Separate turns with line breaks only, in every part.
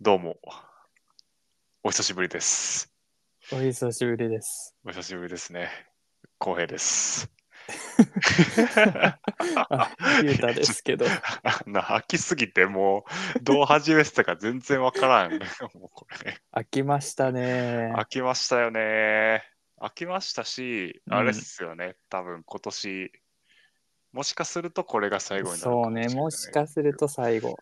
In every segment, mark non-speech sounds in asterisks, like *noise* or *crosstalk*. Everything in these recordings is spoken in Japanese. どうも。お久しぶりです。
お久しぶりです。
お久しぶりですね。浩平です。 *laughs*
あ、ゆうたですけど。
あんな飽きすぎてもうどう始めてたか全然わから
*laughs*
ん。もうこれ
飽きましたね。
飽きましたよね。飽きましたし、
うん
あれっすよね。多分今年、もしかするとこれが最後になるか
そうね。もしかすると最後、
っ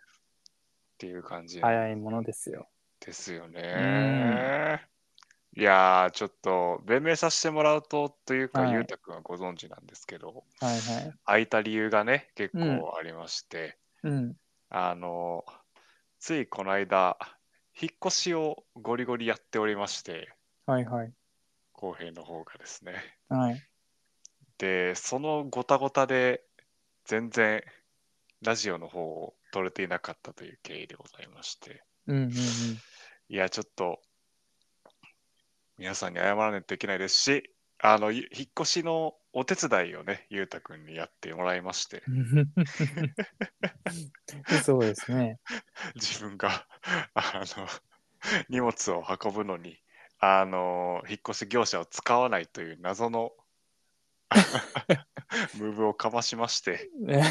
ていう感じ
早いものですよ。
ですよね。いやー、ちょっと弁明させてもらうと、というか、
はい
ゆうたくんはご存知なんですけど、
はいはい。
空いた理由がね、結
うん
構ありまして、
うん。
あの、ついこの間、引っ越しをゴリゴリやっておりまして、
はいはい。
浩平の方がですね。
はい。
で、そのごたごたで、全然、ラジオの方を撮れていなかったという経緯でございまして、
うんうんうん。
いや、ちょっと、皆さんに謝らないといけないですし、あの、ゆ引っ越しのお手伝いをね、ゆうたくんにやってもらいまして、 *laughs*
そうですね。
自分があの *laughs* 荷物を運ぶのにあの引っ越し業者を使わないという謎の *laughs* ムーブをかましまして
ね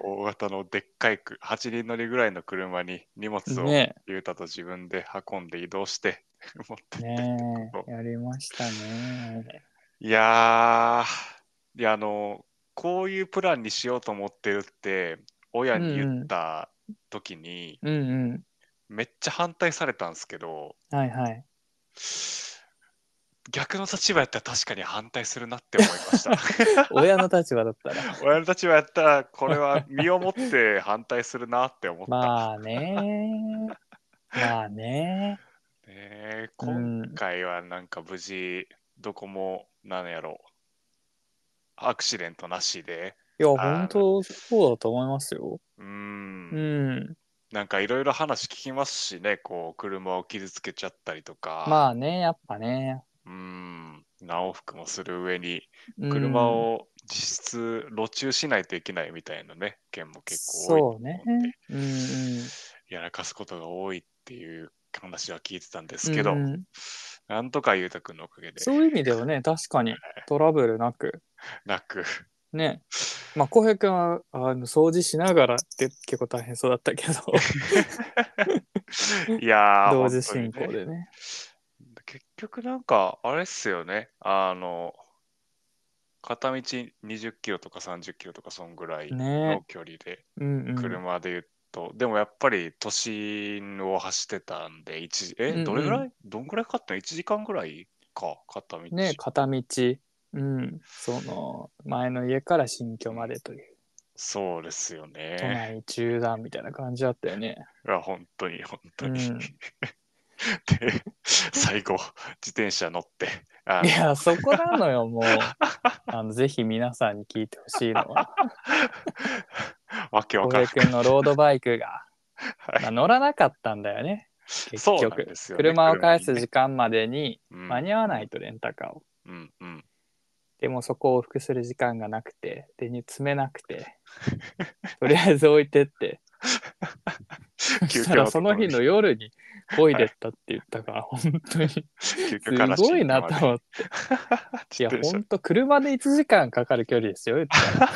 大型のでっかいく8人乗りぐらいの車に荷物を
ね
ゆうたと自分で運んで移動して持ってって
ねやりましたね。
いやーいやあのこういうプランにしようと思ってるって親に言った時に、
うんう
めっちゃ反対されたんですけど、
ん。はいはい。
逆の立場やったら確かに反対するなって思いました。
*laughs* 親の立場だった
*laughs*
ら。
親の立場やったらこれは身をもって反対するなって思った。
まあね。まあね。
ねえ
う
今
ん。
回はなんか無事どこもなんやろアクシデントなしで
いや、本当そうだと思いますよ。
うー
うんん。
なんかいろいろ話聞きますしねこう車を傷つけちゃったりとか、
まあね、やっぱね。
うーん何往復もする上に
うん
車を実質路中しないといけないみたいなね、件も結構多いと思
そううん
で
ねうんうん。
やらかすことが多いっていう話は聞いてたんですけど、
うんうん
なんとかゆうたくんのおかげで
そういう意味ではね、確かにトラブルなく。
な
*laughs*
く、
ね。まあ、浩平君はあの掃除しながらって結構大変そうだったけど、
いやー、
同時進行
本当にね
でね。
結局なんか、あれっすよね、あの、片道20キロとか30キロとか、そんぐらい
ね
の。距離で、
うんうん。
車で言うと、でもやっぱり都心を走ってたんで、一時え、
うんうん
どれぐらい、どんぐらいかかったの ?1 時間ぐらいか、片道。
ね、片道。うん。その、前の家から新居までという、
そうですよ
都
ね。
内中断みたいな感じだったよね。
いや、本当に、本当に。
うん
*laughs* で、最後、自転車乗って、あ
い
の
や、そこなのよ、もう。あの、ぜひ皆さんに聞いてほしいのは。
*laughs* わけわ
小
から
平
ん。
君のロードバイクが、
はい
まあ乗らなかったんだよね結
そうなん
局、
ですよね
車を返す
車にね
時間までに間
間
に合わないとレンタカーを、
うん
*laughs*
うん。
でもそこを往復する時間がなくてでに詰めなく
*laughs*
てとりあえず置いてってそ
究
し
極
たらその日の夜にこいでったって言ったから、本当にす
究極から
ごいなと
自
思って
*laughs*
いや
転車
本当車で1時間かかる距離ですよ言っ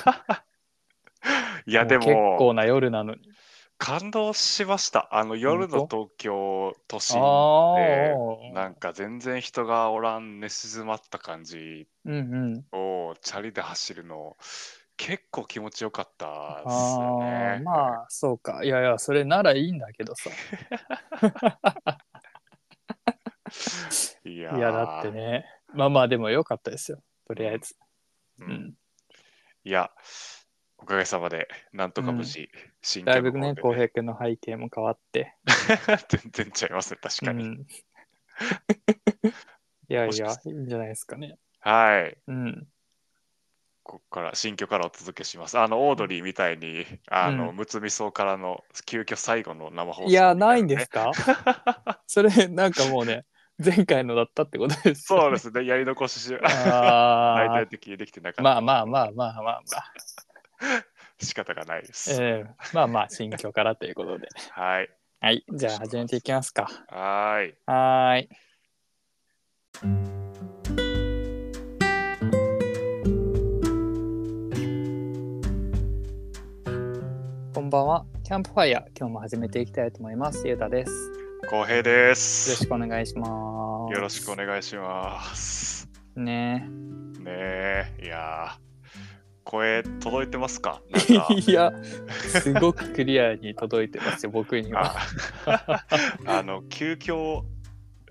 たら
*laughs* いや、で
結
も、
構な夜なのに
感動しました。あの、夜の
本
東京都
ああ
心、
ー
なんか全然人がおらん、寝静まった感じ
うんうん
を、チャリで走るの、結構気持ちよかったですよ
ああ
ね。
まあそうかいやいやそれならいいんだけどさ
い
いやだって
ね。
ねまあまあでも良かったですよとりあえず、
う
うんん、
いや、おかげさまで、なんとか無事、新
だい
居の
ぶ
方で
ね浩平君の背景も変わって、
*laughs* 全然ちゃいますね、確
う
か *laughs* に。
ん、いや
も
い
しか
や
し
いいんじゃないですかね
はい。
うん
ここから、新居からお届けします。あの、オードリーみたいに、あの、
う
むつみそうからの、急遽最後の生放送、
いやないんで
*laughs*
す。かそれなんかもうね前回のだったってことです
そうですすね、やり残し、大
あ
体的にできてなかっ
ー
た。
まあまあまあまあまあまあ、
仕方がないです。
ええまあまあ新居からということで
はい。
はい。じゃあ始めていきますか。
はーい。
はーい。こんばんは。キャンプファイヤー、今日も始めていきたいと思います。ゆうたです。よ
浩平で
ろし
す。
くお願いします。
よろしくお願いします。
ね
ねえ、いやー、声届いてますかなんか
え。。いや、すごくクリアに届いてますよ、
*laughs*
僕には。
ああの、急遽、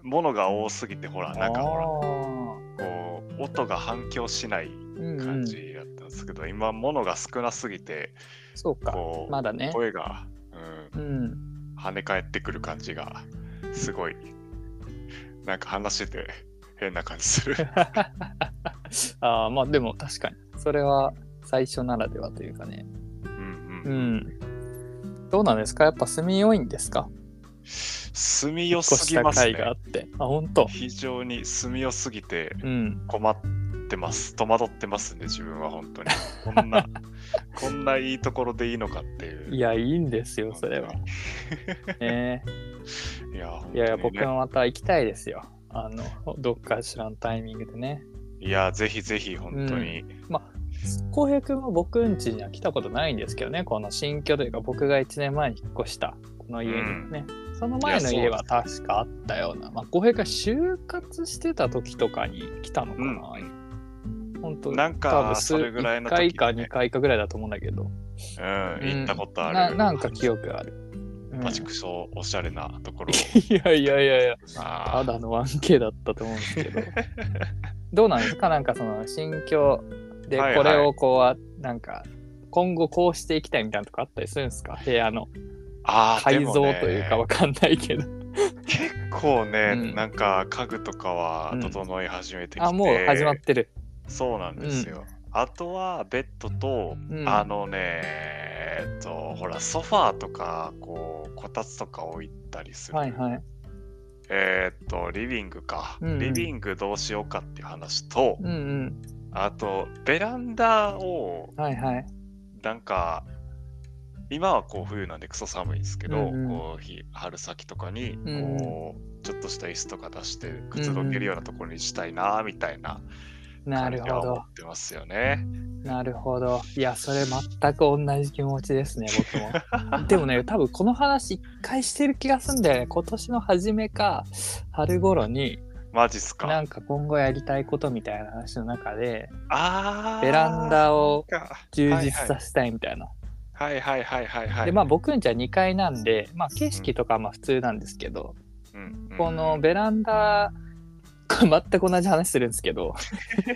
ものが多すぎて、ほら、なんかほら、
あ
こう、音が反響しない
ーうんうん
感じだったんですけど、今、ものが少なすぎて、
そうか
こ、う
まだね。
声が、うん、
うん。
跳ね返ってくる感じがすごいなんか話してて変な感じする
*laughs* ああ、まあでも確かに。それは最初ならではというかね。
うんうん、
うん。どうなんですかやっぱ住み良いんですか
住み
引
よ
っ越
す
し
ぎ
た
ます
回があ
ね
って。あ、本当。
非常に住みよすぎて
うん。
困ってます戸惑ってますね自分は本当にこん
*laughs*
なこんないいところでいいのかっていう
い
や
や、いいんですよ、それは。
いや本当に
ねえ、い
ね
やいや、僕もまた行きたいですよ。あの、どっか知らんタイミングでね。
いやぜひぜひ本当に、
浩平君も僕ん家には来たことないんですけどね、この新居というか、僕が1年前に引っ越した、この家にね。その前の
いや
家は
そ
確かあったような。まあ、浩平が就活してた時とかに来たのか
う
な。
ん
本当
なんか
多分数
それぐらいの時
1回か
だね
2回かぐらいだと思うんだけど。
うん行ったことあ
な
る
なんか記憶ある。うん
パチクソおしゃれなところ
いやいやいやいや、
あ
*laughs* ただの 1K だったと思うんですけ
*laughs*
ど。どうなんですかなんかその心境で
はいはい
これをこう、なんか今後こうしていきたいみたいなとこあったりするんですか部屋の
あーで
改造
も
と
ね
いうかわかんないけど。
結構ね、
うん
なんか家具とかは整い始めてきて、
あ、もう始まってる。
そうなんですよ、あとはベッドと、
うん
あのねえっとほらソファーとかこうこたつとか置いたりする、
はいはい。
えーっとリビングか、
うん
リビングどうしようかっていう話と、
うんうん。
あとベランダを
はいはい。
なんか今はこう冬なんでクソ寒いんですけど、
うんうん
こうひ春先とかに
うん
こうちょっとした椅子とか出してくつろげるようなところにしたいなみたいな
な
感
る
じは
ほ
思
ど。
ってますよね。
なるほど。いや、それ全く同じ気持ちですね、
*laughs*
僕も。でもね、多分この話一回してる気がすんだよね。今年の初めか春頃に、
マジっす
な
か。
んか今後やりたいことみたいな話の中で、
あー
ベランダを
か
充実させたいみたいな。
はいはいはいはいはい。
で、まあ僕んちは2階なんで、まあ景色とかはまあ普通なんですけど、
うんうん
このベランダ、これ全く同じ話するんですけ
*laughs*
ど、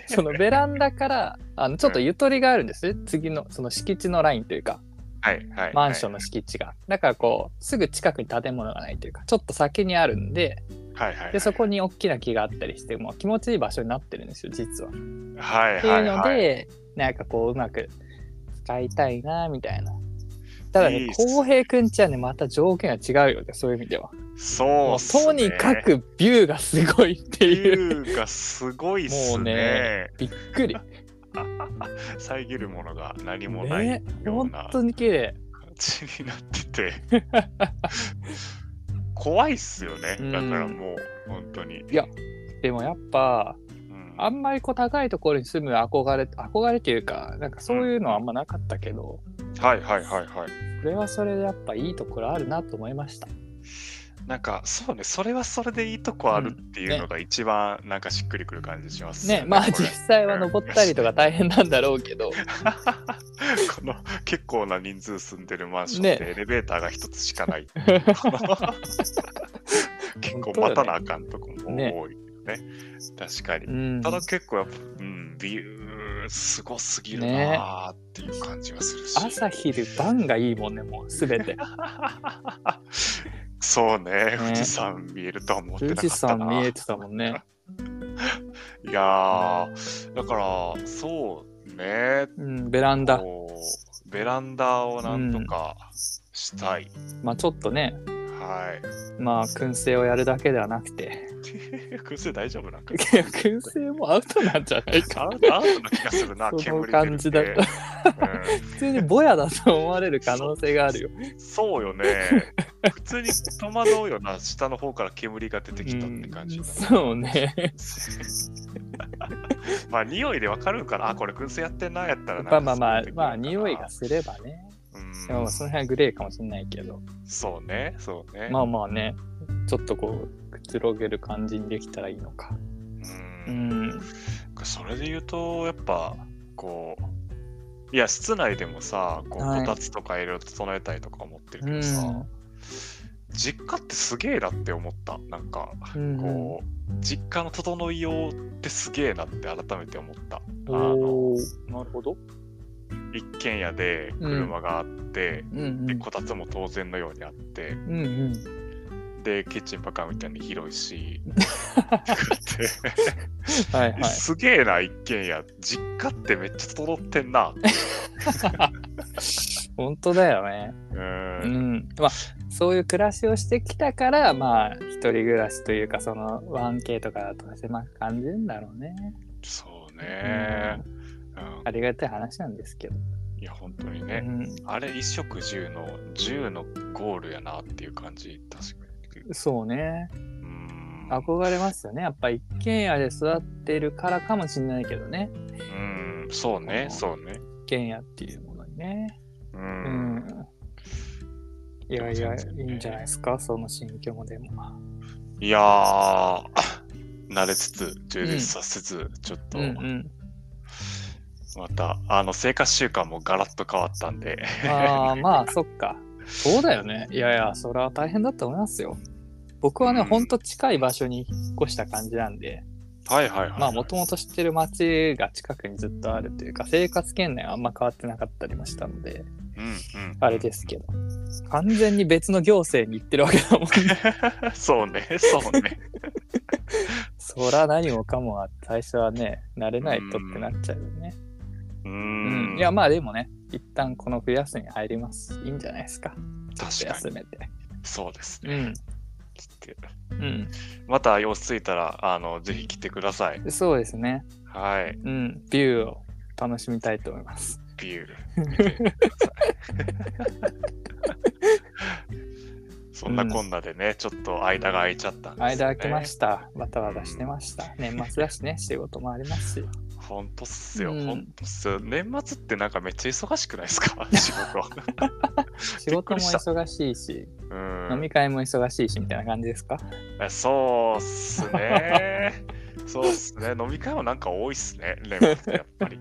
そのベランダから、あのちょっとゆとりがあるんですね。次の、その敷地のラインというか。
はいはいはい
マンションの敷地が。だからこう、すぐ近くに建物がないというか、ちょっと先にあるんで、
はいはいはい
で、そこに大きな木があったりして、もう気持ちいい場所になってるんですよ、実は。っ
はいはい
ていうの
はい
で、なんかこう、うまく使いたいな、みたいな。ただ
いい
ね
っ、す
浩平くんちはね、また条件が違うよね、そういう意味では。
そう
も
っ
う
すね
とにかくビューがすごいって
理
い
*laughs*
う、
由がすごいっす
もう
ね
ね。びっくり。
遮るものが何もないよ
ね、
う
本
な
当に綺麗。
感じになってて
*laughs*
怖いっすよね
うん
だからもう本当に、
でもやっぱ、
うん
あんまりこう高いところに住む憧れ憧れというかなんかそういうのはあんまなかったけど、
はいはいはいはい
それはそれでやっぱいいところあるなと思いました。
なんかそうねそれはそれでいいとこあるっていうのが一番なんかしっくりくる感じしますよ
ね *laughs* まあ
こ
実
れ
際は登ったりとか大変なんだろうけど
この結構な人数住んでるマンションでエレベーターが一つしかない
*laughs*
*laughs* 結構待たなあかんとこも
ね
多いよね確かに
うん
ただ結構やっぱ、うん、ビューすごすぎるなーっていう感じがするし、
朝昼晩がいいもんねもう全 *laughs* て
そうね富士山見えるとは思ってな
富
かった
士
な
山見えてたもん *laughs* ね。
いやーだからそうね
うん、ベランダ、
こうベランダをなんとかしたい、
まあ、ちょっとね、
はい *laughs*
まあ、燻製をやるだけではなくて、
癖大丈夫なんか
*laughs* いや燻製もアウトなんじゃないか。
アウトアウトな気がするな
その
煙出
感じだ
る
と
系
*laughs* 普通にボヤだと思われる可能性があるよ。
うんそうよね。普通に戸惑うような下の方から煙が出てきたって感じ
うん
だ、
そうね。
*laughs* まあ匂いでわかるから、あ、これ燻製やってんな、やったらなん
*laughs* ま
か
あまあまあ
想像でき、るか
ま
な
あ、匂いが。すればね。
うん
でもまあその辺はグレーかもしれないけど。
そうね、そうね。
まあまあね、ちょっとこう、くつろげる感じにできたらいいのか。
うん
うん。
それで言うとやっぱこういや室内でもさこう
はい
こたつとかいろいろ整えたりとか思ってる
う
けど
ん。
さ、実家ってすげえなって思ったなんか
うん
こう、実家の整いようってすげえなって改めて思ったあの
おおなるほど。
一軒家で車があって、
うん
でこたつも当然のようにあって
うん。うん
でキッチンパカーみたいに広い
*laughs*
し
はいは
*laughs*
い。
すげえな一軒家実家ってめっちゃ整ってん
*laughs*
なって
本当だよね。
う
うんん。まあ、そういう暮らしをしてきたから、まあ、一人暮らしというか、その 1K とかだと狭く感じるんだろうね。
そうね、うん
ありがたい話なんですけど。
いや本当に
う
ね、
ん。
あれ一食10の10のゴールやなっていう感じ確かに
そうね。
うん
憧れますよね。やっぱ一軒家で育ってるからかもしれないけどね。
うんそうね
あの
そうね
一軒家っていうものにね。
う、
うんん。いやいや、い
そうですね
いんじゃないですか、その心境でも。
いやー *laughs* 慣れつつ充実させつつ、ちょっと、
うんうん。
またあの生活習慣もガラッと変わったんで
ああ、まあ、そっか。そうだよね。いやいや、それは大変だと思いますよ。僕はね、
うん
ほんと近い場所に引っ越した感じなんで、
はいはいはい、
まあ、もともと知ってる街が近くにずっとあるというか、生活圏内はあんま変わってなかったりもしたので、
うんうん、
あれですけど、完全に別の行政に行ってるわけだもんね。
*laughs* そうねそうね
そら何もかもは最初はね、慣れないとってなっちゃうよね。
う
うん
ん、
いや、まあでもね、一旦この冬休み入ります。いいんじゃないですか。
確か
休
に
めて。
そうです
う
ね、
ん。
つって
う
また様子ついたらあのぜひ来てください
ん。そうですね。
はい
うん。ビューを楽しみたいと思います。
ビュー見て
*laughs*
くださいそんなこんなでね、ちょっと間が空いちゃったんです、ね、
間空きました。バタバタしてました。年末だしね、仕事もありますし。
ほんとっすよ、
うん
ほんとっすよ年末ってなんかめっちゃ忙しくないです
*laughs*
か仕事
仕事も忙しいし、
うん
飲み会も忙しいし、みたいな感じですか
えそうっすね
*laughs*
そうっすね飲み会もなんか多いっすね年末やっぱり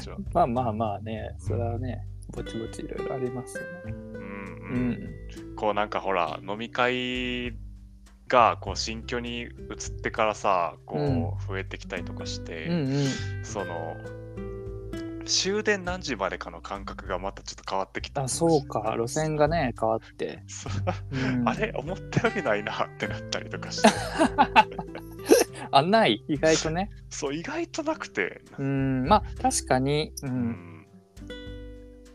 じゃあ
まあまあまあね、それはね、ぼちぼちいろいろありますよね。
うん
う
うん
ん。
こうなんかほら飲み会がこう新居に移ってからさこう増えてきたりとかし
うんう
て、
ん。
その終電何時までかの感覚がまたちょっと変わってきた
あ、そうか。路線がね、変わって。
*laughs* そう
うん
あれ思ったよりないなってなったりとかして
あ、ない。意外とね。
そう意外となくて、
うん。まあ、確かに、う。
うん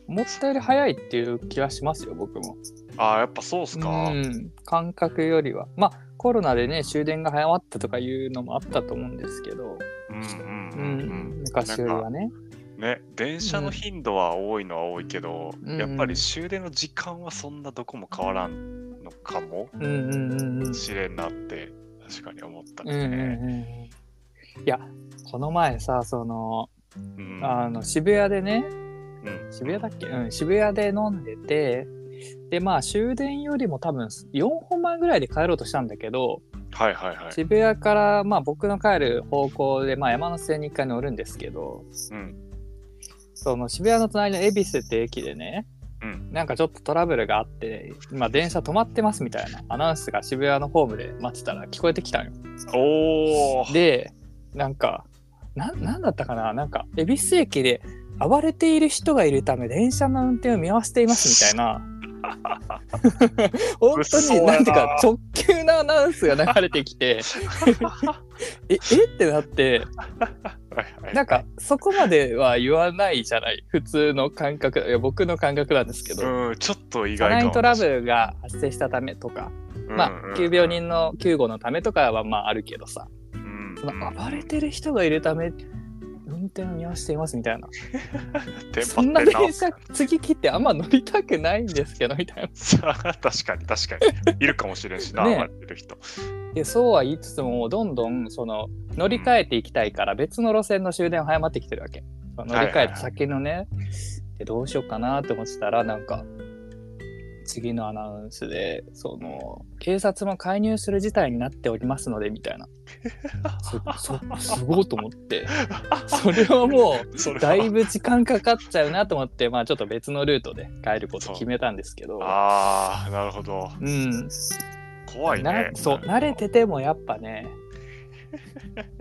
思ったより早いっていう気はしますよ、僕も。
ああやっぱそうっすか、
うん、感覚よりはまあコロナでね終電が早まったとかいうのもあったと思うんですけど、
うんうん
う
うんんうん
昔よりはね
ね電車の頻度は多いのは多いけど、
うん
やっぱり終電の時間はそんなどこも変わらんのかも
うんうんうんうん
試練なって確かに思った
うんうんうん
ね。
うんいやこの前さその
うん
あの渋谷でね
うん
渋谷だっけ、うん、渋谷で飲んでてでまあ終電よりも多分4本前ぐらいで帰ろうとしたんだけど、
はいはいはい。
渋谷からまあ僕の帰る方向で、まあ、山手線に1回乗るんですけど、
うん
その渋谷の隣の恵比寿って駅でね、
うん
なんかちょっとトラブルがあって今電車止まってますみたいなアナウンスが渋谷のホームで待ってたら聞こえてきたのよ
おお。
でなんかななんだったかななんか恵比寿駅で暴れている人がいるため電車の運転を見合わせていますみたい
*laughs*
な本当になんていうか直球なアナウンスが流れてき
*laughs*
てええってなって
はいはい
なんかそこまでは言わないじゃない普通の感覚いや僕の感覚なんですけど、
うんちょっと意
車
外か
内
も
トラブルが発生したためとか、まあ急病。人の救護のためとかはまああるけどさ、
うんうんうん
その暴れてる人がいるため運転を見合わせていますみたいな。
テンパ
そんな
ってんな
電車次切ってあんま乗りたくないんですけどみたいな。
さあ *laughs* 確かに確かにいるかもしれんしな、
ねえ
待ってる人
でそうは言いつつもどんどんその乗り換えていきたいから別の路線の終電は早まってきてるわけ。乗り換えた先のね、でどうしようかなって思ってたらなんか次のアナウンスでその警察も介入する事態になっておりますのでみたいな。そそすごいと思ってそれはもう
それは
だいぶ時間かかっちゃうなと思って、まあ、ちょっと別のルートで帰ることを決めたんですけど。
ああなるほど
うん、
怖い
な
ね
そう慣れててもやっ
*laughs*
ぱね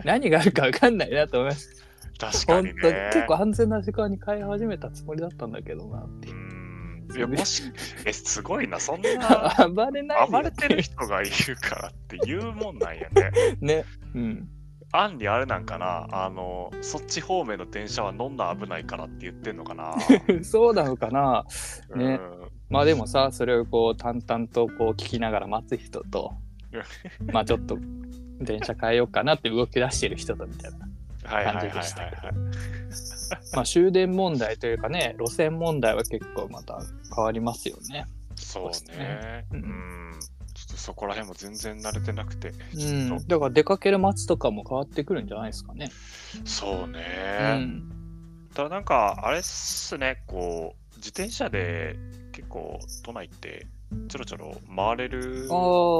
何があるか分かんないなと思います
確かに
本
ね
当に結構安全な時間に買い始めたつもりだったんだけどなって
う *laughs*
いう
んいやもしえすごいなそんな
*laughs* 暴れないで
暴れてる人がいるからって言うもんなんやね
ねうん
案にあれなんかなあのそっち方面の電車は乗んな危ないからって言ってんのか
*laughs*
な、
そうなのかな
うん
ねまあでもさそれをこう淡々とこう聞きながら待つ人
*laughs*
とまあちょっと電車変えようかなって動き出してる人とみたいな、
はいはいはいはい
感じでしたけ
は
まあ、終電問題というかね路線問題は結構また変わりますよね
いそうねう
うん
んちょっとそこら辺も全然慣れてなくて
うん、だから出かける街とかも変わってくるんじゃないですかね。
そう
う
ね、
ん、
ただなんかあれっすねこう自転車で結構都内ってちょろちょろ回れる
あ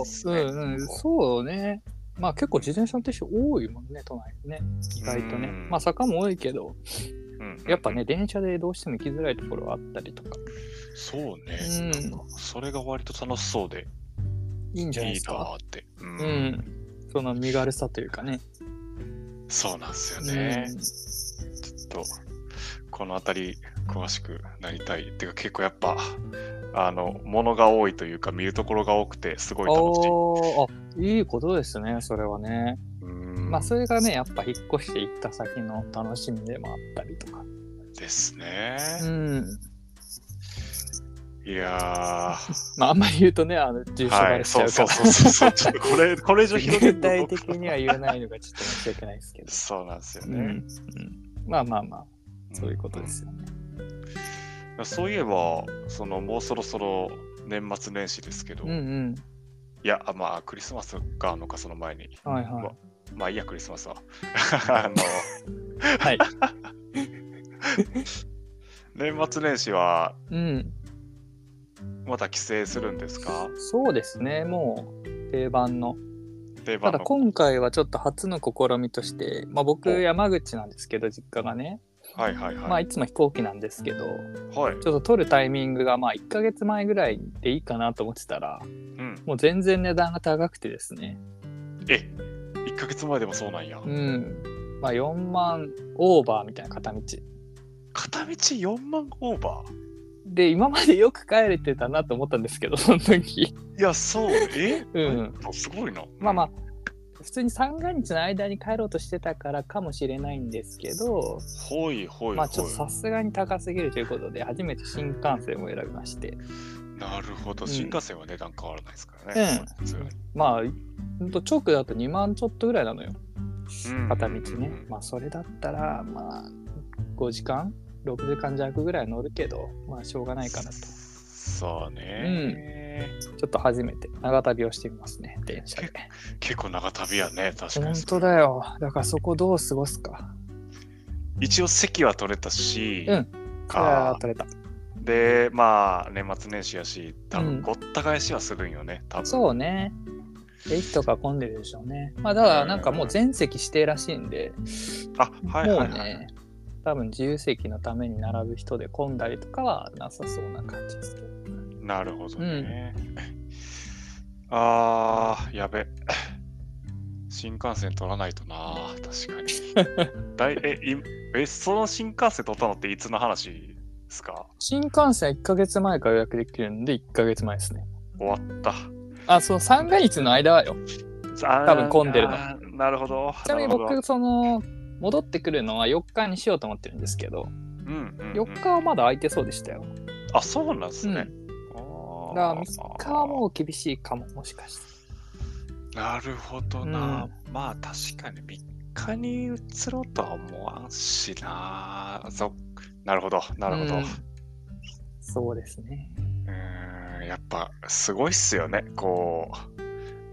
あ、
ですね
うんうん、そうね。まあ結構自転車の人多いもんね、都内ね。意外とね。
うん
まあ坂も多いけど、
うんうん
やっぱね、電車でどうしても行きづらいところはあったりとか。
そうね、
うん
なんかそれが割と楽しそうで
いいんじゃない
い
で
い
す
な
か。
ーって、う
うんん。その身軽さというかね。
そうなんですよね、
うん
ちょっとこの辺り詳しくなりたいっていうか結構やっぱあの物が多いというか見るところが多くてすごい
あ
楽しい、
ーあ、いいことですね、それはね。
うん
まあそれがね、やっぱ引っ越して行った先の楽しみでもあったりとか。
ですね、
うん。
いやー
まあ、あんまり言うとね、あの、重症バ
は
レ
い、
しち
そ
ゃ
う
うか
そう
ら、
そうそうそう、
*laughs*
ちょっとこれ、これ以上広げ
具
ると
体
僕
的には言えないのがちょっと申し訳ないですけど。
そうなんですよ
うん
ね。
うんまあまあまあ、そういうことで
ん。
すよね。
そういえば、そのもうそろそろ年末年始ですけど、
うん
い
うん。
や、あまあ、クリスマスがあるのか、その前に。
はいは
まあ、いいや、クリスマスは。 *laughs* あの、
い。はい。
*laughs* 年末年始は、
うん。
また帰省するんですか
そうですね、もう定番の。
定
た
番
だ
の。
今回はちょっと初の試みとして、まあ僕、
お
山口なんですけど、実家がね。
はいはい
まあ
はい。
いつも飛行機なんですけど、
はい。
ちょっと撮るタイミングがまあ1ヶ月前ぐらいでいいかなと思ってたら、
うん。
もう全然値段が高くてですね。
え、1ヶ月前でもそうなんや。
うん。まあ4万オーバーみたいな片道。
片道4万オーバー
で今までよく帰れてたなと思ったんですけどその時
いや、そう、え
うん
すごいな。
まあまあ普通に三が日の間に帰ろうとしてたからかもしれないんですけど、
ほいほいほい。
まあ、ちょっとさすがに高すぎるということで初めて新幹線を選びまして
なるほど、
うん
新幹線は値段変わらないですからね。普通
まあほんと直だと2万ちょっとぐらいなの
う
よ
ん
片道
うんうん
ねまあそれだったらまあ5時間6時間弱ぐらい乗るけどまあしょうがないかなとち
そうね、
ょっと初めて長旅をしてみますね電車で
結構長旅やね、確か
本
に。
当だよだからそこどう過ごすか
一応席は取れたし、
うんいやー
か
取れた
で、まあ、年末年始やし、多
う
分
ん
ごった返しはするんよね、多分。
そうね。駅とか混んでるでしょうね。まあ、ただ、なんかもう全席指定らしいんで、
あ、はい
も
は
う
い、はい
ね、多分自由席のために並ぶ人で混んだりとかはなさそうな感じですけど。
なるほどね。あー、やべ。新幹線取らないとな、確かに。
*laughs*
だいえいえ、その新幹線取ったのっていつの話ですか
新幹線1ヶ月前から予約できるんで、1ヶ月前ですね。
終わった。
あ、そう、三が日の間はよ。
多
多分混んでるの
の。なるほど。
ちなみに
るほど
僕、その、戻ってくるのは4日にしようと思ってるんですけど、
うんうんうん
4日はまだ空いてそうでしたよ。
あ、そうなんです
うん。だ
ね
か。
あー
ら3日はもう厳しいかも、もしかして。
なるほどな。まあ確かに3家に移ろうとは思わんしなそなるほどなるほど、
う
うん
そうですね。
ーんやっぱすごいっすよねこ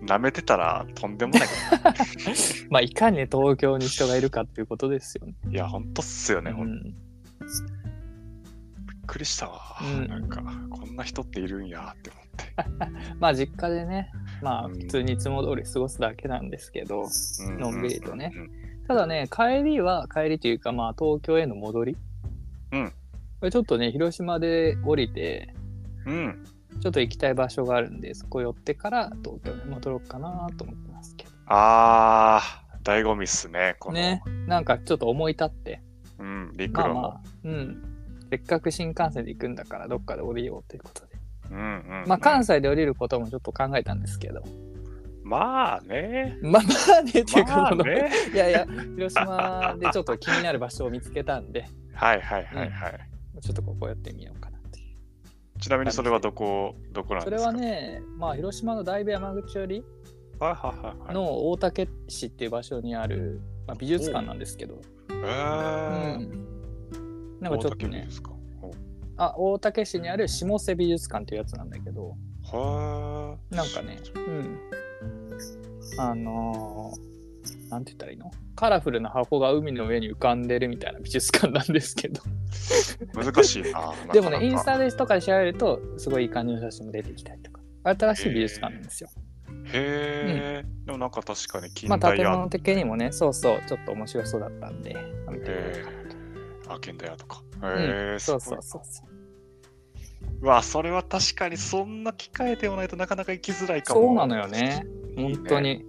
う舐めてたらとんでもない
まあいかにね東京に人がいるかっていうことですよね。 *laughs*
いやほんとっすよね、ほん
う
びっ
ん
くりしたわ、
うん
なんかこんな人っているんやって思って
まあ実家でね、まあ
うん
普通にいつも通り過ごすだけなんですけど、
う
のんびりとね
うん
ただね、帰りは、帰りというかまあ東京への戻り。
うん
これちょっとね、広島で降りて、
うん、
ちょっと行きたい場所があるんで、そこ寄ってから東京に戻ろうかなと思ってますけど。
あー醍醐味っすねこの、
ね、なんかちょっと思い立って、
うん、陸
まあ
路の、
まあ、うん。せっかく新幹線で行くんだから、どっかで降りようということで。
うんうんうん
まあ関西で降りることもちょっと考えたんですけど。
まあね
まあまあね、っていうか、
まあ
その
ね
いやいや、広島でちょっと気になる場所を見つけたんで、
はいはいはいはい、
ちょっとここ寄ってみようかなっていう。
ちなみにそれはどこどこなん
そ
で
れ
すか
はね、まあ広島の大部山口寄り
はいはいはいはい
の大竹市っていう場所にある、まあ、美術館なんですけど、う
えー
ん。なんかち
大
ょっと
竹美
ね、
術館
あ、大竹市にある下瀬美術館っていうやつなんだけど、
はー
なんかね、うん。あのーなんて言ったらいいのカラフルな箱が海の上に浮かんでるみたいな美術館なんですけど。
難
*laughs*
しいななかなか
でもね、インスタですとかで調べると、すごいいい感じの写真も出てきたりとか。新しい美術館なんですよ。
へえ、でもなんか確かに近
まあ、
代
建
ア
物
ート
的にもね、そうそう、ちょっと面白そうだったんで、見てみようかなと。
あ現代アートか
う
へえ
ん、そうそうそうそう。
うわそれは確かにそんな機会でもないとなかなか行きづらいかも
そうなのよね。
いいね
本当に、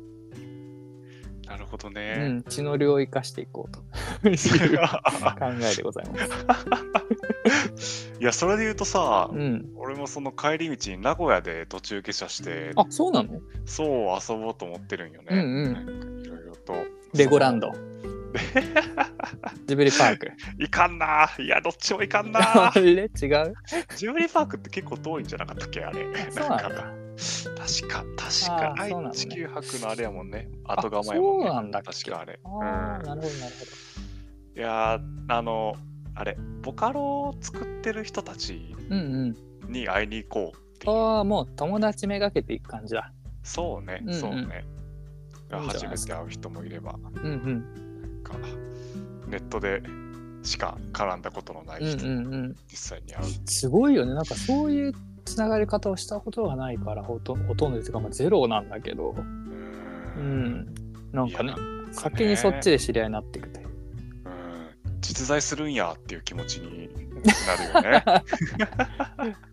なるほど
う
ね、
ん、血の量を生かしていこうという考えでございます。
*laughs* いやそれで言うとさ、
うん、
俺もその帰り道に名古屋で途中下車して
あ、そうなの
そう遊ぼうと思ってるんよね、
うんうん
なんかいろいろと
レゴランド。ジブリパ
*laughs*
ーク。
いかんないやどっちもいかんな
*laughs* あれ違う
ジブリパークって結構遠いんじゃなかったっけあれ
そうなん
か
だ
確か
あ
確か
ー
愛
そうなのね
地球博のあれやもんね後構えもね
そうなんだっけ
確かあれ
ああ、なるほど、なるほ
うん、いやーあのあれボカロを作ってる人たち
ど。うん
に会いに行こうって
う。
いうん
ああ、もう友達めがけていく感じだ。
そうね、
うんうん
そうね
いいんじ
初
ゃない
め
です
て会う人もいれば
うんうん。
かネットでしか絡んだことのな
う
い
ん
人、
うんうん。
実際に会う
すごいよね。なんかそういうつながり方をしたことがないから、ほとほとんどというか、まあ、ゼロなんだけど、
う
う
ーん
ん。なんか
い
ね
や、
先にそっちで知り合いになっていくという。
うん実在するんやっていう気持ちになるよ
*laughs*
ね。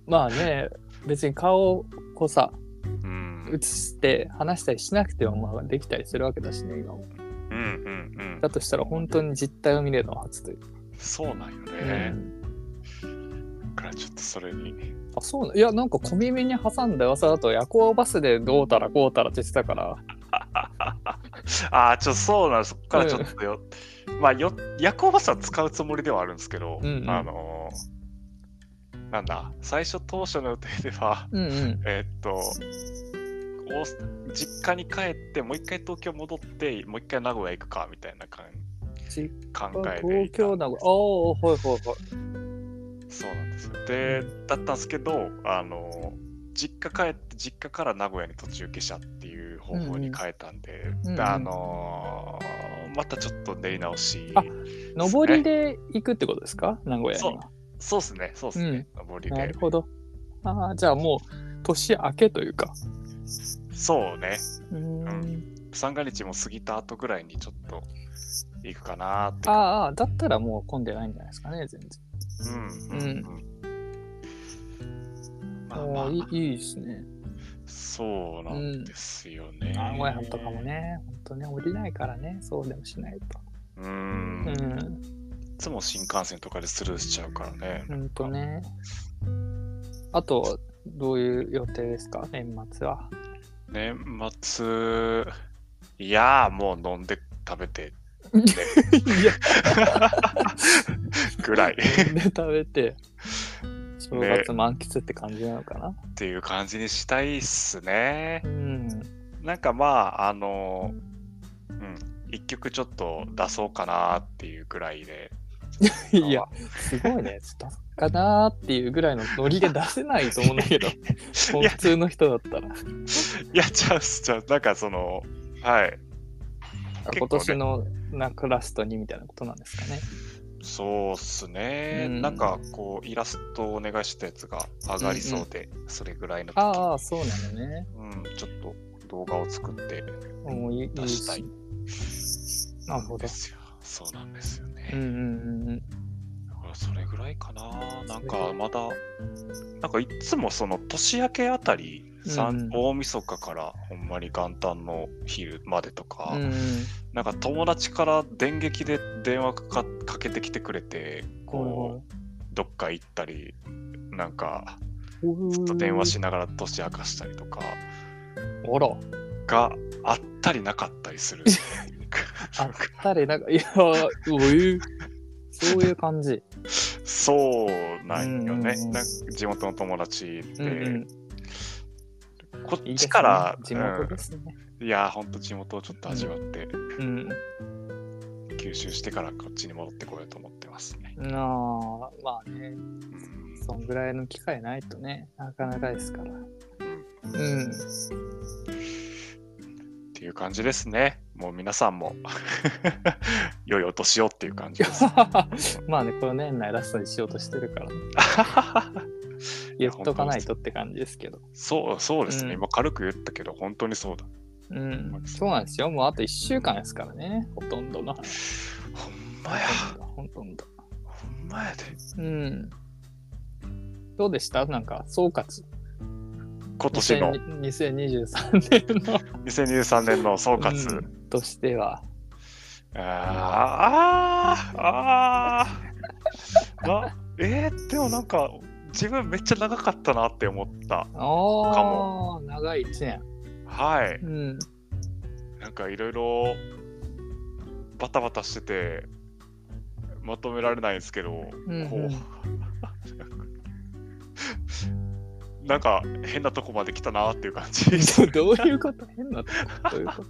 まあね、別に顔をこうさ、
うん、
映して話したりしなくても、まあ、できたりするわけだしね、今も。
うんうんう
だとしたら本当に実態を見れるのは初というか。
んそうなんよ
う
ね。
ん
だからちょっとそれに。
あそうないやなんか小耳に挟んだ噂だと夜行バスでどうたらこうたらって言ってたから
ああ、ちょっとそうなんそっからちょっとよ。まあよ、夜行バスは使うつもりではあるんですけど、
うんうん
あのーなんだ、最初当初の予定では、 *laughs*
うんうん
えーっと、大阪実家に帰って、もう一回東京戻って、もう一回名古屋行くかみたいな感
実
考えでい
東
た
京名古屋ああはいはいはい
そうなんですよでだったんですけどあの実家帰って実家から名古屋に途中下車っていう方法に変えたんで、
うんうん
あのーまたちょっと練り直し
あ上りで行くってことですか名古屋には
そうですねそうですね、上り
な
で
るほどああじゃあもう年明けというか
そうね
うーん
う三が日も過ぎた後ぐらいにちょっと行くかなーって
ああああだったらもう混んでないんじゃないですかね全然
うんうんまあま
あ
あ
あいいいいですね
そうなんですよね、
名古屋とかもね本当ね降りないからねそうでもしないと
うん
う
い
ん
つも新幹線とかでスルーしちゃうからね
ほんとね。あと、どういう予定ですか年末は。
年末いやーもう飲んで食べて
いや、
ぐらい *laughs*
*laughs* で食べて、正月満喫って感じなのかな。
っていう感じにしたいっすね
うん。
なんかまああのうん一曲ちょっと出そうかなっていうぐらいで。
*laughs* いや、すごいね。出すかなーっていうぐらいのノリで出せないと思うんだけ
*laughs*
ど、
いや
普、通の人だったら。
いや、ちゃうちゃう。なんかその、はい。構ね
今年のなんかラストにみたいなことなんですかね。
そうっすね。
うん
なんかこう、イラストをお願いしたやつが上がりそうで、それぐらいの時
ああ、そうなのね。
うん、ちょっと動画を作って
もういいい
出
い
したい
し。なるほど
で。すよ。そうなんですよね。
うんうんうんうん。
だからそれぐらいかな。なんかまだ、なんかいつもその年明けあたり、さ
うん
ん、大晦日からほんまに元旦の昼までとか、
うんうん
なんか友達から電撃で電話かかかけてきてくれて、こう、どっか行ったり、なんかずっと電話しながら年明かしたりとか
おら、
があったりなかったりす
*laughs*
る。
あったり、 *laughs* なんか、いや、ういう、そういう感じ。
そうなんよね。
うんうんうん
なんか地元の友達
うん
で、
うん。
こっ
いいです
ち
ね
から、
地元ですね。
うんいやー、ほんと地元をちょっと味わって、
うん。
吸収してからこっちに戻ってこようと思ってますね。
なあ、まあね、
うん
そんぐらいの機会ないとね、なかなかですから。うん。
っていう感じですね。もう皆さんも *laughs* 良いお年をっていう感じです。
*laughs*
*laughs*
まあね、この年内ラストにしようとしてるから、ね、言っとかないとって感じですけど。
そうそうですね、
うん
今軽く言ったけど、本当にそうだ。
うん。そうなんですよ。もうあと1週間ですからね、ほとんどの。
ほんまや、
ほとんど。
ほんまやで。
うん。どうでしたなんか、総括。
今年の
2023年の
2023年の総括。
うとしては。
あーあーあー *laughs* なえー、でもなんか自分めっちゃ長かったなって思った
ああ、長い1年。
はい
うん。
なんかいろいろバタバタしててまとめられないんですけど、
うん
こ
うん
う *laughs* なんか変なとこまで来たなっていう感
*laughs*
じ
どういうこと変なとこどういうこと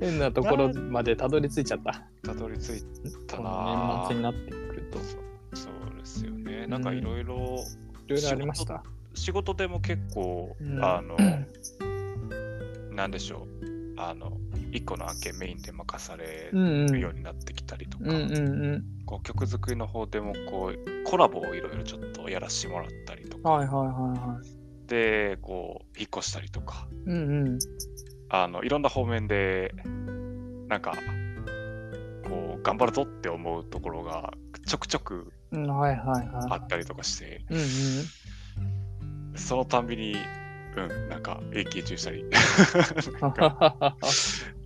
変なところまでたどり着いちゃった。
たどり着いた
こ
な
の年末になってくると。
そうですよねなんかいろいろ
いろいろありました。
仕事でも結構、
うん
あの、なんでしょう、あの、一個の案件メインで任され
うんうん。う
るようんになってきたりとか、
うんう
こう曲作りの方でもこうコラボをいろいろちょっとやらせてもらったりと
ん。
か、
はいはいはいはい。
で、こう、引っ越したりとか、
うんうん。
あの、いろんな方面で、なんか、こう、頑張るぞって思うところがちょくちょく
うん、はいはい
あ
は
ったりとかして、
い。うんうん。
そのたんびに、うん、なんか、永久中したり *laughs*
あ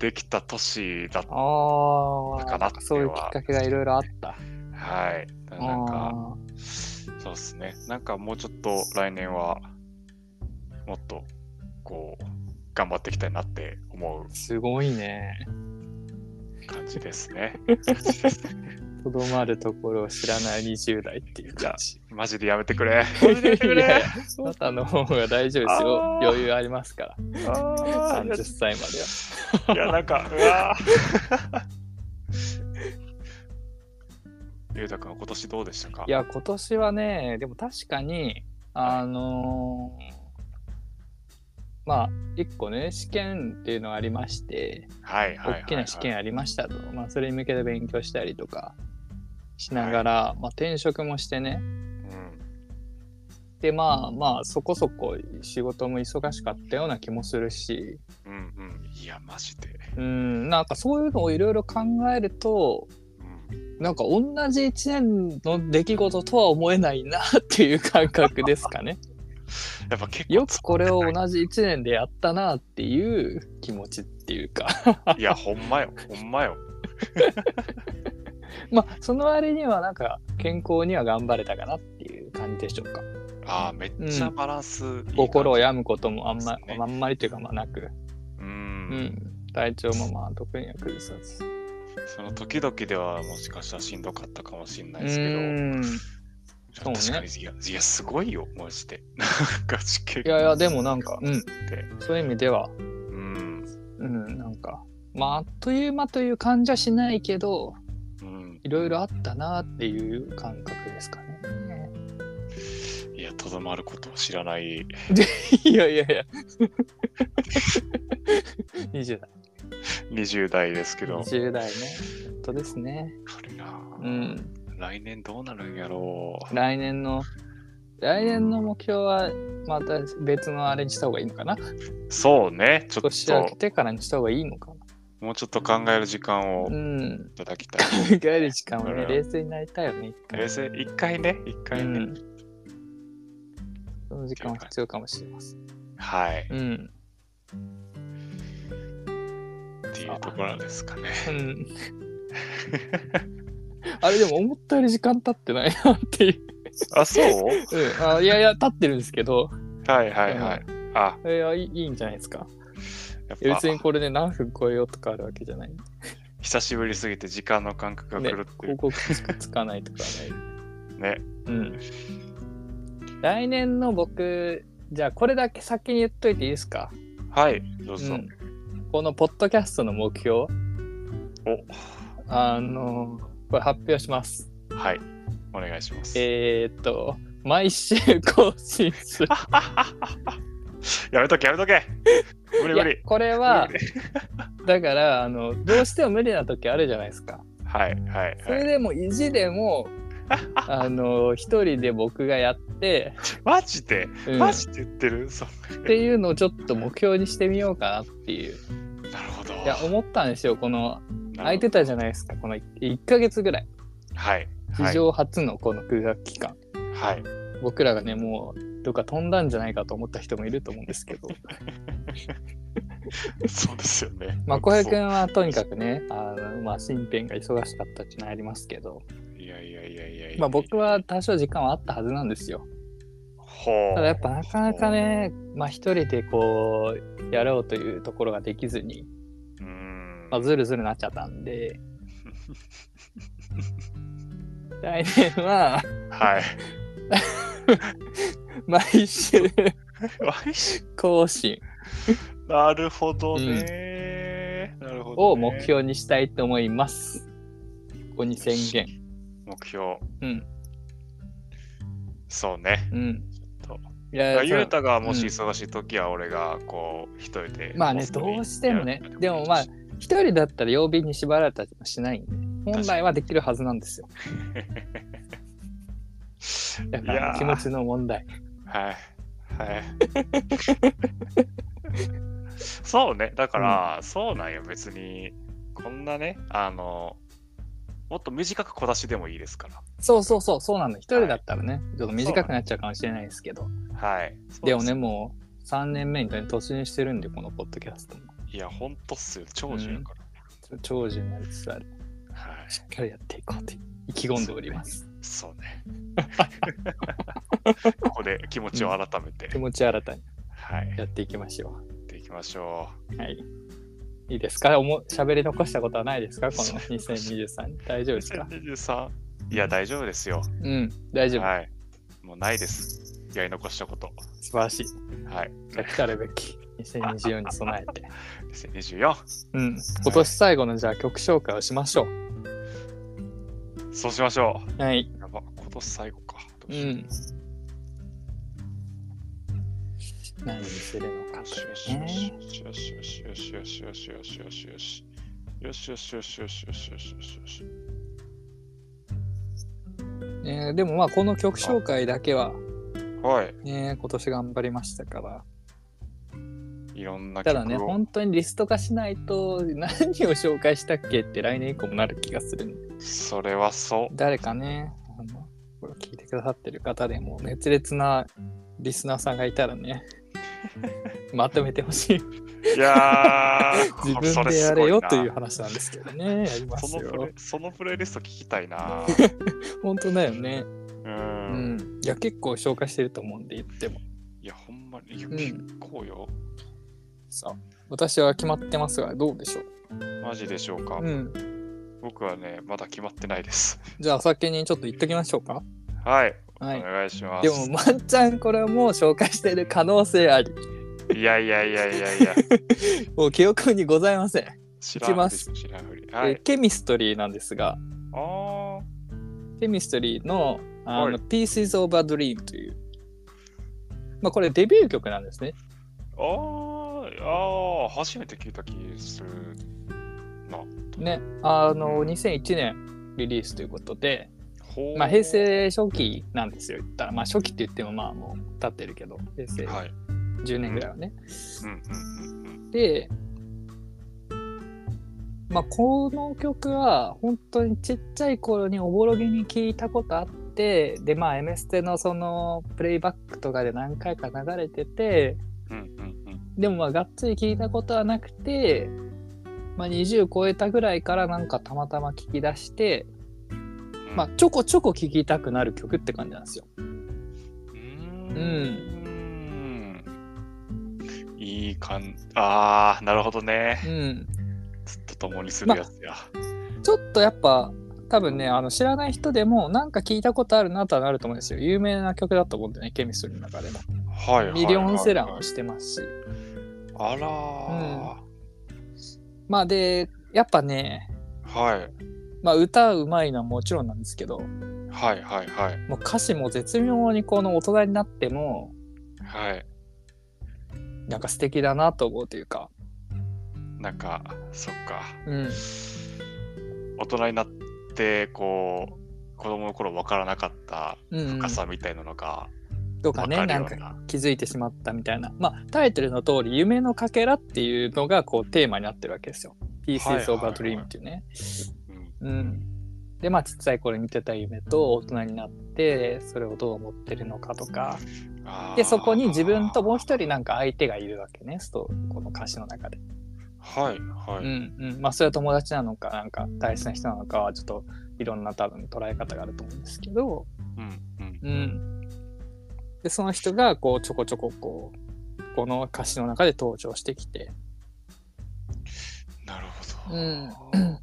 できた年だっただ
あ
か
ー、
ら
な
って
んか
いう
そうい
の
うき
は
っかけがいろいろあった。
はい。だからなんか、
あ
そうですね。なんかもうちょっと来年は、もっと、こう、頑張っていきたいなって思
ーすごいね。
う感じです
*laughs*
ね。
とどまるところを知らない20代っていう感じ。
マジでやめてくれ。
いや *laughs* いや、あなたの方が大丈夫ですよ
あ。ー
余裕ありますから。
あ
30
ー
歳までは。
いや、なん
*laughs*
か、うわーゆうたくん、今年どうでしたか
いや、今年はね、でも確かに、あのーまあ、一個ね、試験っていうのがありまして、
はいはいはい、はい。
大きな試験ありましたと、まあ、それに向けて勉強したりとかしながら、まあ、転職もしてね、
うん。
で、まあまあ、そこそこ仕事も忙しかったような気もするし、
うんうん。いや、マジで。
うん、なんかそういうのをいろいろ考えると、
うん、
なんか同じ1年の出来事とは思えないなっていう感覚ですかね。
やっぱ結構、
よくこれを同じ1年でやったなっていう気持ちっていうか
いや、ほんまよ、ほんまよ。
*laughs* まあその割にはなんか健康には頑張れたかなっていう感じでしょうか
ああ、めっちゃバランスいい感じ、
心を病むこともあんま,、
そうですね
あんまりというかまあなく、
う
うんん体調もまあ特には崩さず
その時々ではもしかしたらしんどかったかもしれないです
う
け
ん
ど、
うん
確
そう
か
ね
に、いや、いやすごいよ、マジで。なんか試験
いやいやでもなんか、うん
で、
そういう意味では、
うん、
うん、なんかまああっという間という感じはしないけど
うん、
いろいろあったなっていう感覚ですかね。
いや、とどまることを知らない。 *laughs*
*laughs* いやいやいや20代
20代ですけど、
20代ね本当ですね。
軽いな、
うん
来年どうなるんやろう。
来年の来年の目標はまた別のあれにした方がいいのかな
そうね、ちょっ
年明け
と、
てからにした方がいいのか
もうちょっと考える時間を
なう
い
ん *laughs*
ただきたい。
振り返る時間は
だか
ね
ら
冷静になりたいよね一回
冷静、一回ね、一回ね。
うんその時間は必要かもしれません
はい、
うん
っていうところですかね。
うんあれでも思ったより時間経ってないなっていう、
あ、そう
うん、あいやいや経ってるんですけど
*laughs* はいはいはい。あ、
いやいいいいんじゃないですかいや
やっ
別に
ぱ
これで何分超えようとかあるわけじゃ
*laughs*
ない
久しぶりすぎて時間の感覚が
ね
狂って
広
る
告つかつかないとかない
ね。
うん。来年の僕、じゃあこれだけ先に言っといていいですか、
はい、どうぞ。
うんこのポッドキャストの目標、あの、これ発表します。
お、はい、お願いします。
えーっと、毎週更新する。
やめとけやめとけ無理
いや
無理
これは
無理、
だから、あの、どうしても無理な時あるじゃないですか。
はいはい
そ
は
れ
い。
でも意地
*laughs*
でも、あの、一人で僕がやって、
マジで、
うん
マ
っ
ジで言ってる *laughs* そ
ていうのをちょっと目標にしてみようかなっていう。
うなるほど。
いや、思ったんですよ。この
な
空い
るほ
てたじゃないですかこの1ヶ月ぐらい
どはい
史
はい
上初のこの空白期間、
はい。 *laughs*
僕らがねもうどっか飛んだんじゃないかと思った人もいると思うんです
*laughs*
けど
そうですよね。
まあ小平君はとにかくねあの、まあ、身辺が忙しかったっていうのはありますけど、
そういやいやいやいやいや。
まあ、僕は多少時間はあったはずなんですよ
ほう。
ただやっぱなかなかね、まあ、一人でこうやろうというところができずに、
うーん。
まあ、ズルズルなっちゃった
*laughs*
んで来年は *laughs*
はい。
毎週
毎週
更新
なるほどね、なるほど、ね。
を目。標にしたいと思います。ここに宣言。
目標。
うん。
そうね。
うん。
と
いや
ゆう
そう
たがも
う
し
ん
忙しいときは俺がこう一人で。
まあ
お
ね、
風呂
ど
に
うしてもね
やると。か
でも
*laughs*
まあ、一人だったら曜日に縛られたりもしないんで、本来はできるはずなんですよ。だか
いや
ら
ー
気持ちの問題。
はい。はい。 *laughs* そうね。だから、そうなんよ。別に、こんなね、あの、もっと短く小出しでもいいですから。
そうそうそう、そうなの。一人だったらね、ちょっと短くなっちゃうかもしれないですけど。
はい。
でもね、
そう
もう3年目に突入してるんで、このポッドキャストも。
す。いや、ほんとっすよ。長寿やから。
長寿になりつつある。
はい。
しっかりやっていこうと意気込んでおります。
そう *laughs* ね。ここで気持ちを改めて、
気持ち新たに
はい。や
やっていきましょ
っ
う。
ていきましょう。
はい。いいですかおも喋り残したことはないですかこの2023に。大丈夫ですか
2023。いや、大丈夫ですよ。
*laughs* うん、大丈夫。
はい。もうないです。やり残したこと。
素晴らしい。
はい。
じゃあ来たるべき2024に備えて。
2024。
*laughs* うん。今年最後のじゃあ曲紹介をしましょ
そうしましょう。
う。はい。
やば、今年最後か。ど
う。
うしようん
何にするのか
よしよ
と
し
いう
よし
ね。
よしよしよしよしよしよしよしよしよしよしよしよしよしよしよしよし
えーでもまあこの曲紹介だけは、
はい
ね、今年頑張りましたから。
いろんな
た
曲を
だね、本当にリスト化しないと何を紹介したっけって来年以降もなる気がするんで
それはそ
誰かね、あの、これを聞いてくださってる方でも、熱烈なリスナーさんがいたら
*laughs*
ね、まとめてほしい。
ういやー
自
そ
分でやれよという
話
話なんですけどね、やりま
そ
す
のプ
よ
レ。そのプレイリスト聞きたいな
本当だよね。
う、
うんん。いや、結構紹介してると思うんで言っても。
いやほんまにいや
うん
結構よ、
さあ、私は決まってますが、どうでしょう。
マジでしょうか、
うん。
僕はねまだ決まってないです
じゃあ、先にちょっと言っときましょうか。
はい、
はい
お。願いします
でも、まんちゃん、これはもう紹介してる可能性あり。
いやいやいやいやいや
もう記憶にございません。
知
きます
知らんふり。
え
は
ー
い。
ケミストリーなんですが、
あー
ケミストリーのあ
は
の、
い
Pieces of a Dream という、まあ、これデビュー曲なんですね。
あーあー、初めて聞いた気するな。
ね、あの、
うん
2001年リリースということで、
ほう
まあ、平。成初期なんですよ、言ったら。まあ、初期って言っても、まあ、もう経ってるけど、平成
はい。
10年ぐらいはね。
うんうんうんうん。
で、まあ、この曲は本当にちっちゃい頃におぼろげに聞いたことあってでまあ「M ステ」のそのプレイバックとかで何回か流れてて
うんうんうん。
でもまあがっつり聞いたことはなくて、まあ、20超えたぐらいからなんかたまたま聞き出して、まあ、ちょこちょこ聴きたくなる曲って感じなんですよ。
うーん。いい感じ。ああ、なるほどね。
うん、
ずっと共にするやつや。
ちょっとやっぱ多分ねあの知らない人でもなんか聞いたことあるなとはなると思うんですよ有名な曲だと思うんだよねケミストリーの中でも
はいはいはいはい。
ミリオンセラーもしてますし
あらー。
まあでやっぱね、
はい。
まあ、歌うまいのはもちろんなんですけども
はいはいはい。
う歌詞も絶妙にこの大人になっても
はい。
なんか素敵だなと思うというか、
なんか、そっか。
うん、
大人になって、こう、子供の頃わからなかった
うんうん
深さみたいなのが
とか
わ
ね
かる
なん
よ
か
うな。
気づいてしまったみたいな、まあ、タイトルの通り「夢のかけら」っていうのがこうテーマになってるわけですよ。Pieces
はい
of a
はい
Dream
はい
っていうね。
うん
うん、でまあちっちゃい頃見てた夢と大人になってそれをどう思ってるのかとか
あー
でそこに自分ともう一人なんか相手がいるわけねストこの歌詞の中で。
はいは
う
い。
んうんまあ、それは友達なのかなんか大切な人なのかはちょっといろんな多分捉え方があると思うんですけど。
うんうん
うん、でその人がこうちょこちょここうこの歌詞の中で登場してきて、
なるほど。
うん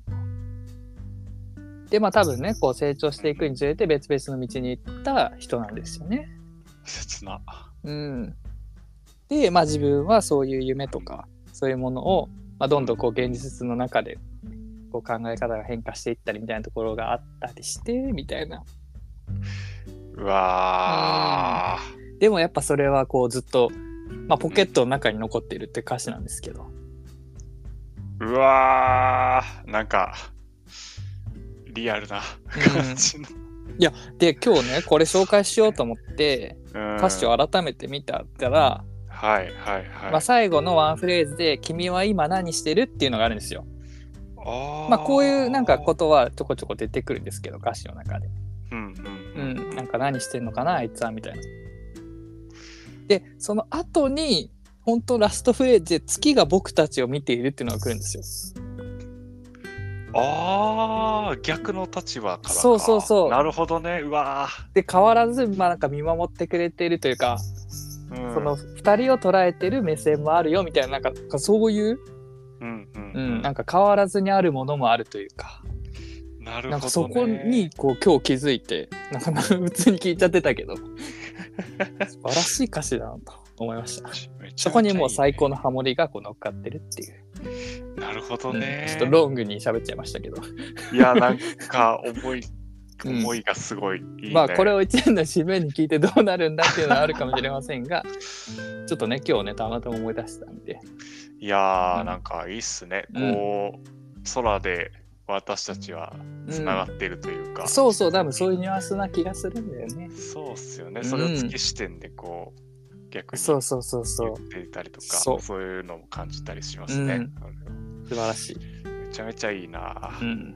でまあ多分ねこう成長していくにつれて別々の道に行った人なんですよね。
*laughs* 切な。
うん、でまあ自分はそういう夢とかそういうものを、まあ、どんどんこう現実の中でこう考え方が変化していったりみたいなところがあったりしてみたいな。
うわー。
でもやっぱそれはこうずっと、まあ、ポケットの中に残っているって歌詞なんですけど。
うわーなんかリアルな感じの、
で今日ねこれ紹介しようと思って
うん
歌詞を改めて見たら、
はいはいはい、
まあ、最後のワンフレーズで「君は今何してる?」っていうのがあるんですよ。
あー
まあこういうなんかことはちょこちょこ出てくるんですけど歌詞の中で。
うんうん
う
うん
ん、なんか何してんのかなあいつはみたいな。でその後に本当ラストフレーズで「月が僕たちを見ている」っていうのが来るんですよ。
あー逆の立場からか
そうそうそう
なるほどねうわ
で変わらずまあなんか見守ってくれているというか、
ー、うん、
その2人を捉えてる目線もあるよみたいななんかそういう
うんうん
う、
うんん
なんか変わらずにあるものもあるというか、
なるほど、ね、
なんかそこにこう今日気づいて、なんか普通に聞いちゃってた
*laughs*
けど、素晴らしい歌詞だなと思いました。
めちゃめちゃいいね
そこにもう最高のハモリがこう乗っかってるっていう、
なるほど
う
ね
ん、ちょっとロングに喋っちゃいましたけど、
いやなんか思い
*laughs* うん
思いがすごい、いいね
まあこれを一年の締めに聞いてどうなるんだっていうのはあるかもしれませ
*laughs*
んが、ちょっとね、今日ね、たまたま思い出したんで、
いやー、
うん
なんかいいっすね。
うん
こう、空で私たちはつながってるというか、
そうそう、多分そういうニュアンスな気がするんだよね。
そうっすよね。
うん
それを月視点でこう、逆に
そうそうそうそ
言
う
っ、ていたりとか、
そう
そういうのも感じたりしますね。
素晴らしい。
めちゃめちゃいいな。
うん、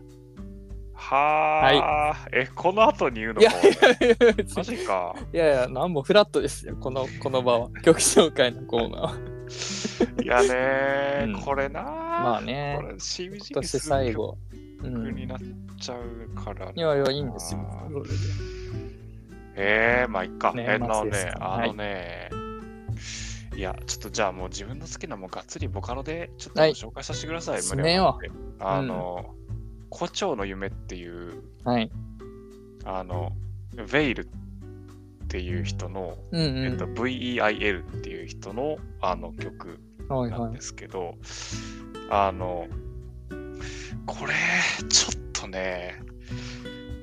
はー、え、この後に言うの
い
も
やいやいや別に
マジ
*laughs*
か。
いやいや、なんもフラットですよ、この、この場 *laughs* は。曲紹介のコーナーは。
いやねー、
うん
これなー。
まあね
これ、しみじ
今
み
年
す
最
る
後。う
曲
ん。
になっちゃうから、
いやいや、いいんですよ。
あー
それで
ええまあいっか。
ね
えー
まあ
あの
そうです
ね、
か
あのね、い、や、ちょっとじゃあもう自分の好きなもうがっつりボカロでちょっと
はい
紹介させてください。
す
胸
ね
を
よ
張ってあの、胡蝶の夢っていう、
はい。
あの、ヴェイルっていう人の、
うんうん。
えっと、VEIL っていう人のあの曲
はい
な
は
ん
い
で。すけど、あの、これ、ちょっとね、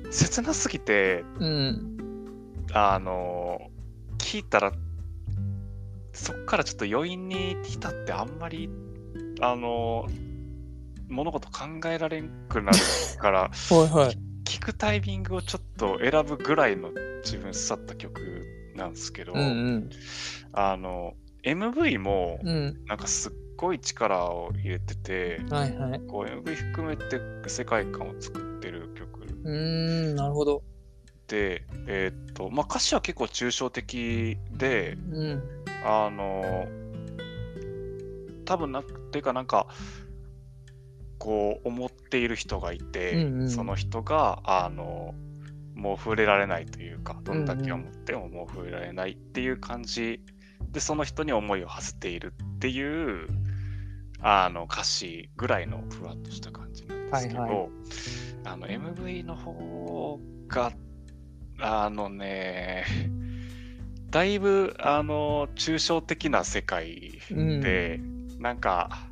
切なすぎて、
うん。
あの、聞いたら、そっからちょっと余韻に浸って、あんまり、あの、物事考えられんくなるから、
はいはい。
聞くタイミングをちょっと選ぶぐらいの自分去った曲なんですけど、
うん
あの MV も
うん。う
なんかすっごい力を入れてて、
ん。はいはい。
こう MV 含めて世界観を作ってる曲
うーん、なるほど。
で、えーっとまあ、歌詞は結構抽象的で
うん。
あの多分なっていうかなんかこう思っている人がいて、
うんうん
その人があのもう触れられないというかどんだけ思ってももう触れられないっていう感じでその人に思いを馳せているっていうあの歌詞ぐらいのふわっとした感じなんですけど、
はいは
あの MV の方があのねだいぶあの抽象的な世界
うん。
で、なんか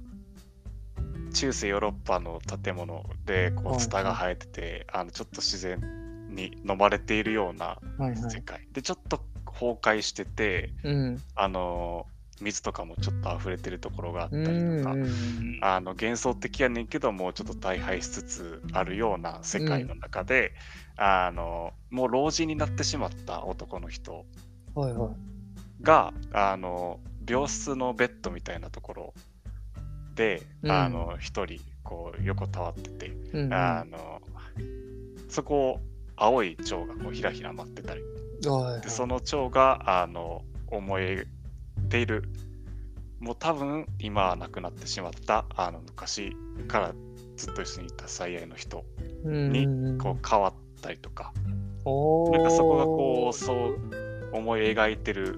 中世ヨーロッパの建物でこ
は
う
い
ツタが生えてて、あのちょっと自然に飲まれているような
はいは
世
い。
界、でちょっと崩壊してて
うん。
あの水とかもちょっと溢れてるところがあった
う
り
ん
とか、
うん
あの幻想的やねんけどもうちょっと大敗しつつあるような世界の中で、あのもう老人になってしまった男の人
うん。はいはい。
があの病室のベッドみたいなところで
うん
あの一人こう横たわってて、
うんうん。
あ
は
のそこを青い蝶がこうひらひら舞ってたり
いはい
でその蝶があの思い出ているもう多分今は亡くなってしまったあの昔からずっと一緒にいた最愛の人に
うんうん
こう変わったりとか
おー
なんかそこがこうそう思い描いてる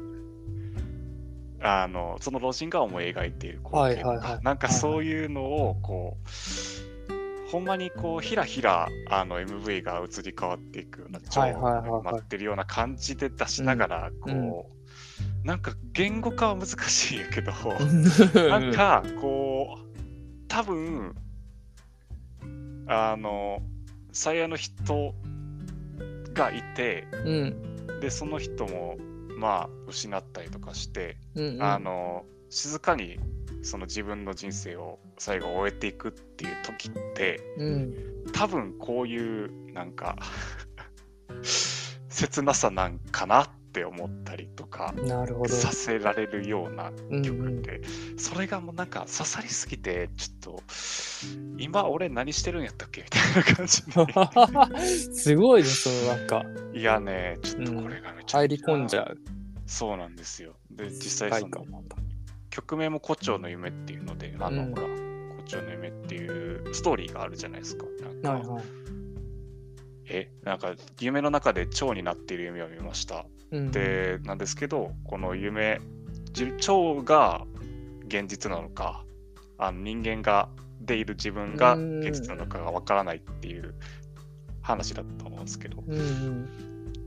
あのその老人が思い描いている光景とか、
はいはいはい
なんかそういうのをこう、ほんまにこうひらひらあの MV が移り変わっていくような情
はい
報
はいはい
が
はい
待ってるような感じで出しながらこう、なんか言語化は難しいんやけど、なんかこう多分あの最愛の人がいて
うん
でその人もまあ失ったりとかして、
うんうん
あの静かにその自分の人生を最後終えていくっていう時って
うん
多分こういうなんか *laughs* 切なさなんかなって思ったりとか
なるほど
させられるような
うんう
曲っ
ん
て、それがもうなんか刺さりすぎてちょっと今俺何してるんやったっけみたいな感じ
*laughs* すごいねそのなんか *laughs*
でいやねちょっとこれがめちゃくちゃ
入り込んじゃう
そうなんですよで実際
世
そ
界観
の
なんだ
曲名も「胡蝶の夢」っていうのであの、
うん
ほら「胡蝶の夢」っていうストーリーがあるじゃないですかなんか、
はいはい
えなんか夢の中で蝶になっている夢を見ました
うん
でなんですけどこの夢じ蝶が現実なのかあの人間がでいる自分が
うん
現実なのかがわからないっていう話だと思うんですけど
うんうん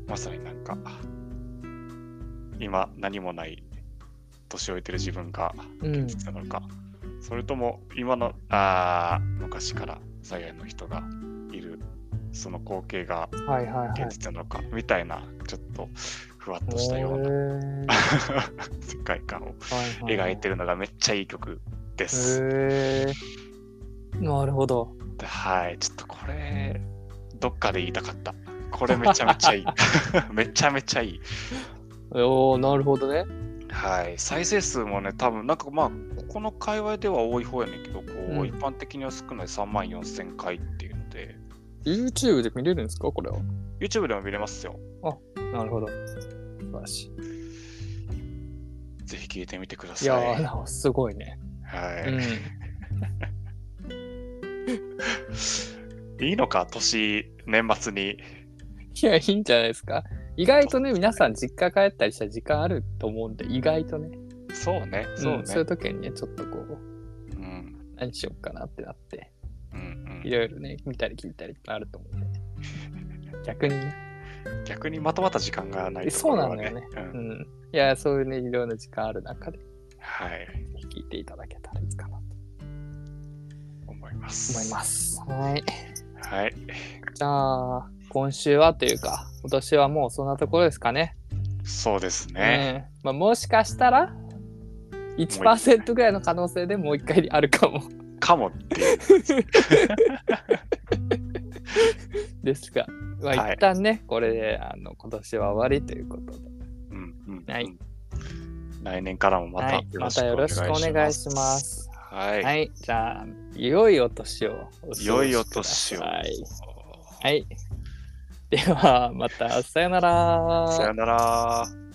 まさになんか今何もない年老いてる自分が
うん
現実なのか、それとも今のあー昔から最愛の人がいるその光景が
はいはいはい
現実なのか、みたいなちょっとふわっとしたような
な
世界観を描いてるのがめっちゃいい曲です。
へえなるほど
はい、ちょっとこれ、どっかで言いたかった。これめちゃめ
*laughs*
ちゃいい。めちゃめちゃいい。
おおなるほどね
はい、再生数もね、多分なんかまあ、ここの界隈では多い方やねんけど、こう、
うん
一般的には少ない3万4000回っていうので、
YouTube で見れるんですかこれは
YouTube でも見れますよ。
なるほど素晴らしい
ぜひ聴いてみてくだ
いや
さい。
ーなんかすごいね
はい、
う
いいのか、年、年末に。
んいやいいんじゃないですか意外とね皆さん実家帰ったりしたら時間あると思うんで意外とね
そうね、そうね
ん。そういう時にねちょっとこう
うん、
何しよっかなってなって
うん、
いろいろね見たり聞いたりあると思 *laughs* うんで逆にね
うん。逆にまとまった時間がない
え
ところは、
そうなのよね
うん
うんいやそういうねいろんな時間ある中で
はい。
聞いていただけたらいいかなと
思います。
思います。はい。
はい。
じゃあ、今週はというか、今年はもうそんなところですかね。
そうですね。
うんまあ、もしかしたら、1%ぐらいの可能性でもう一回あるかも
かもっていう。
ですが、まあ、
はい
一旦ね、これであの今年は終わりということで。
うんうんうん
はい
来年からもまた
はいまたよろしくお願いします。
はい。、
はいい、じゃあ、良いお年をお過ごしくださ
良
い。
いお年を。
はい。はい、では、また、さよなら。
さよなら。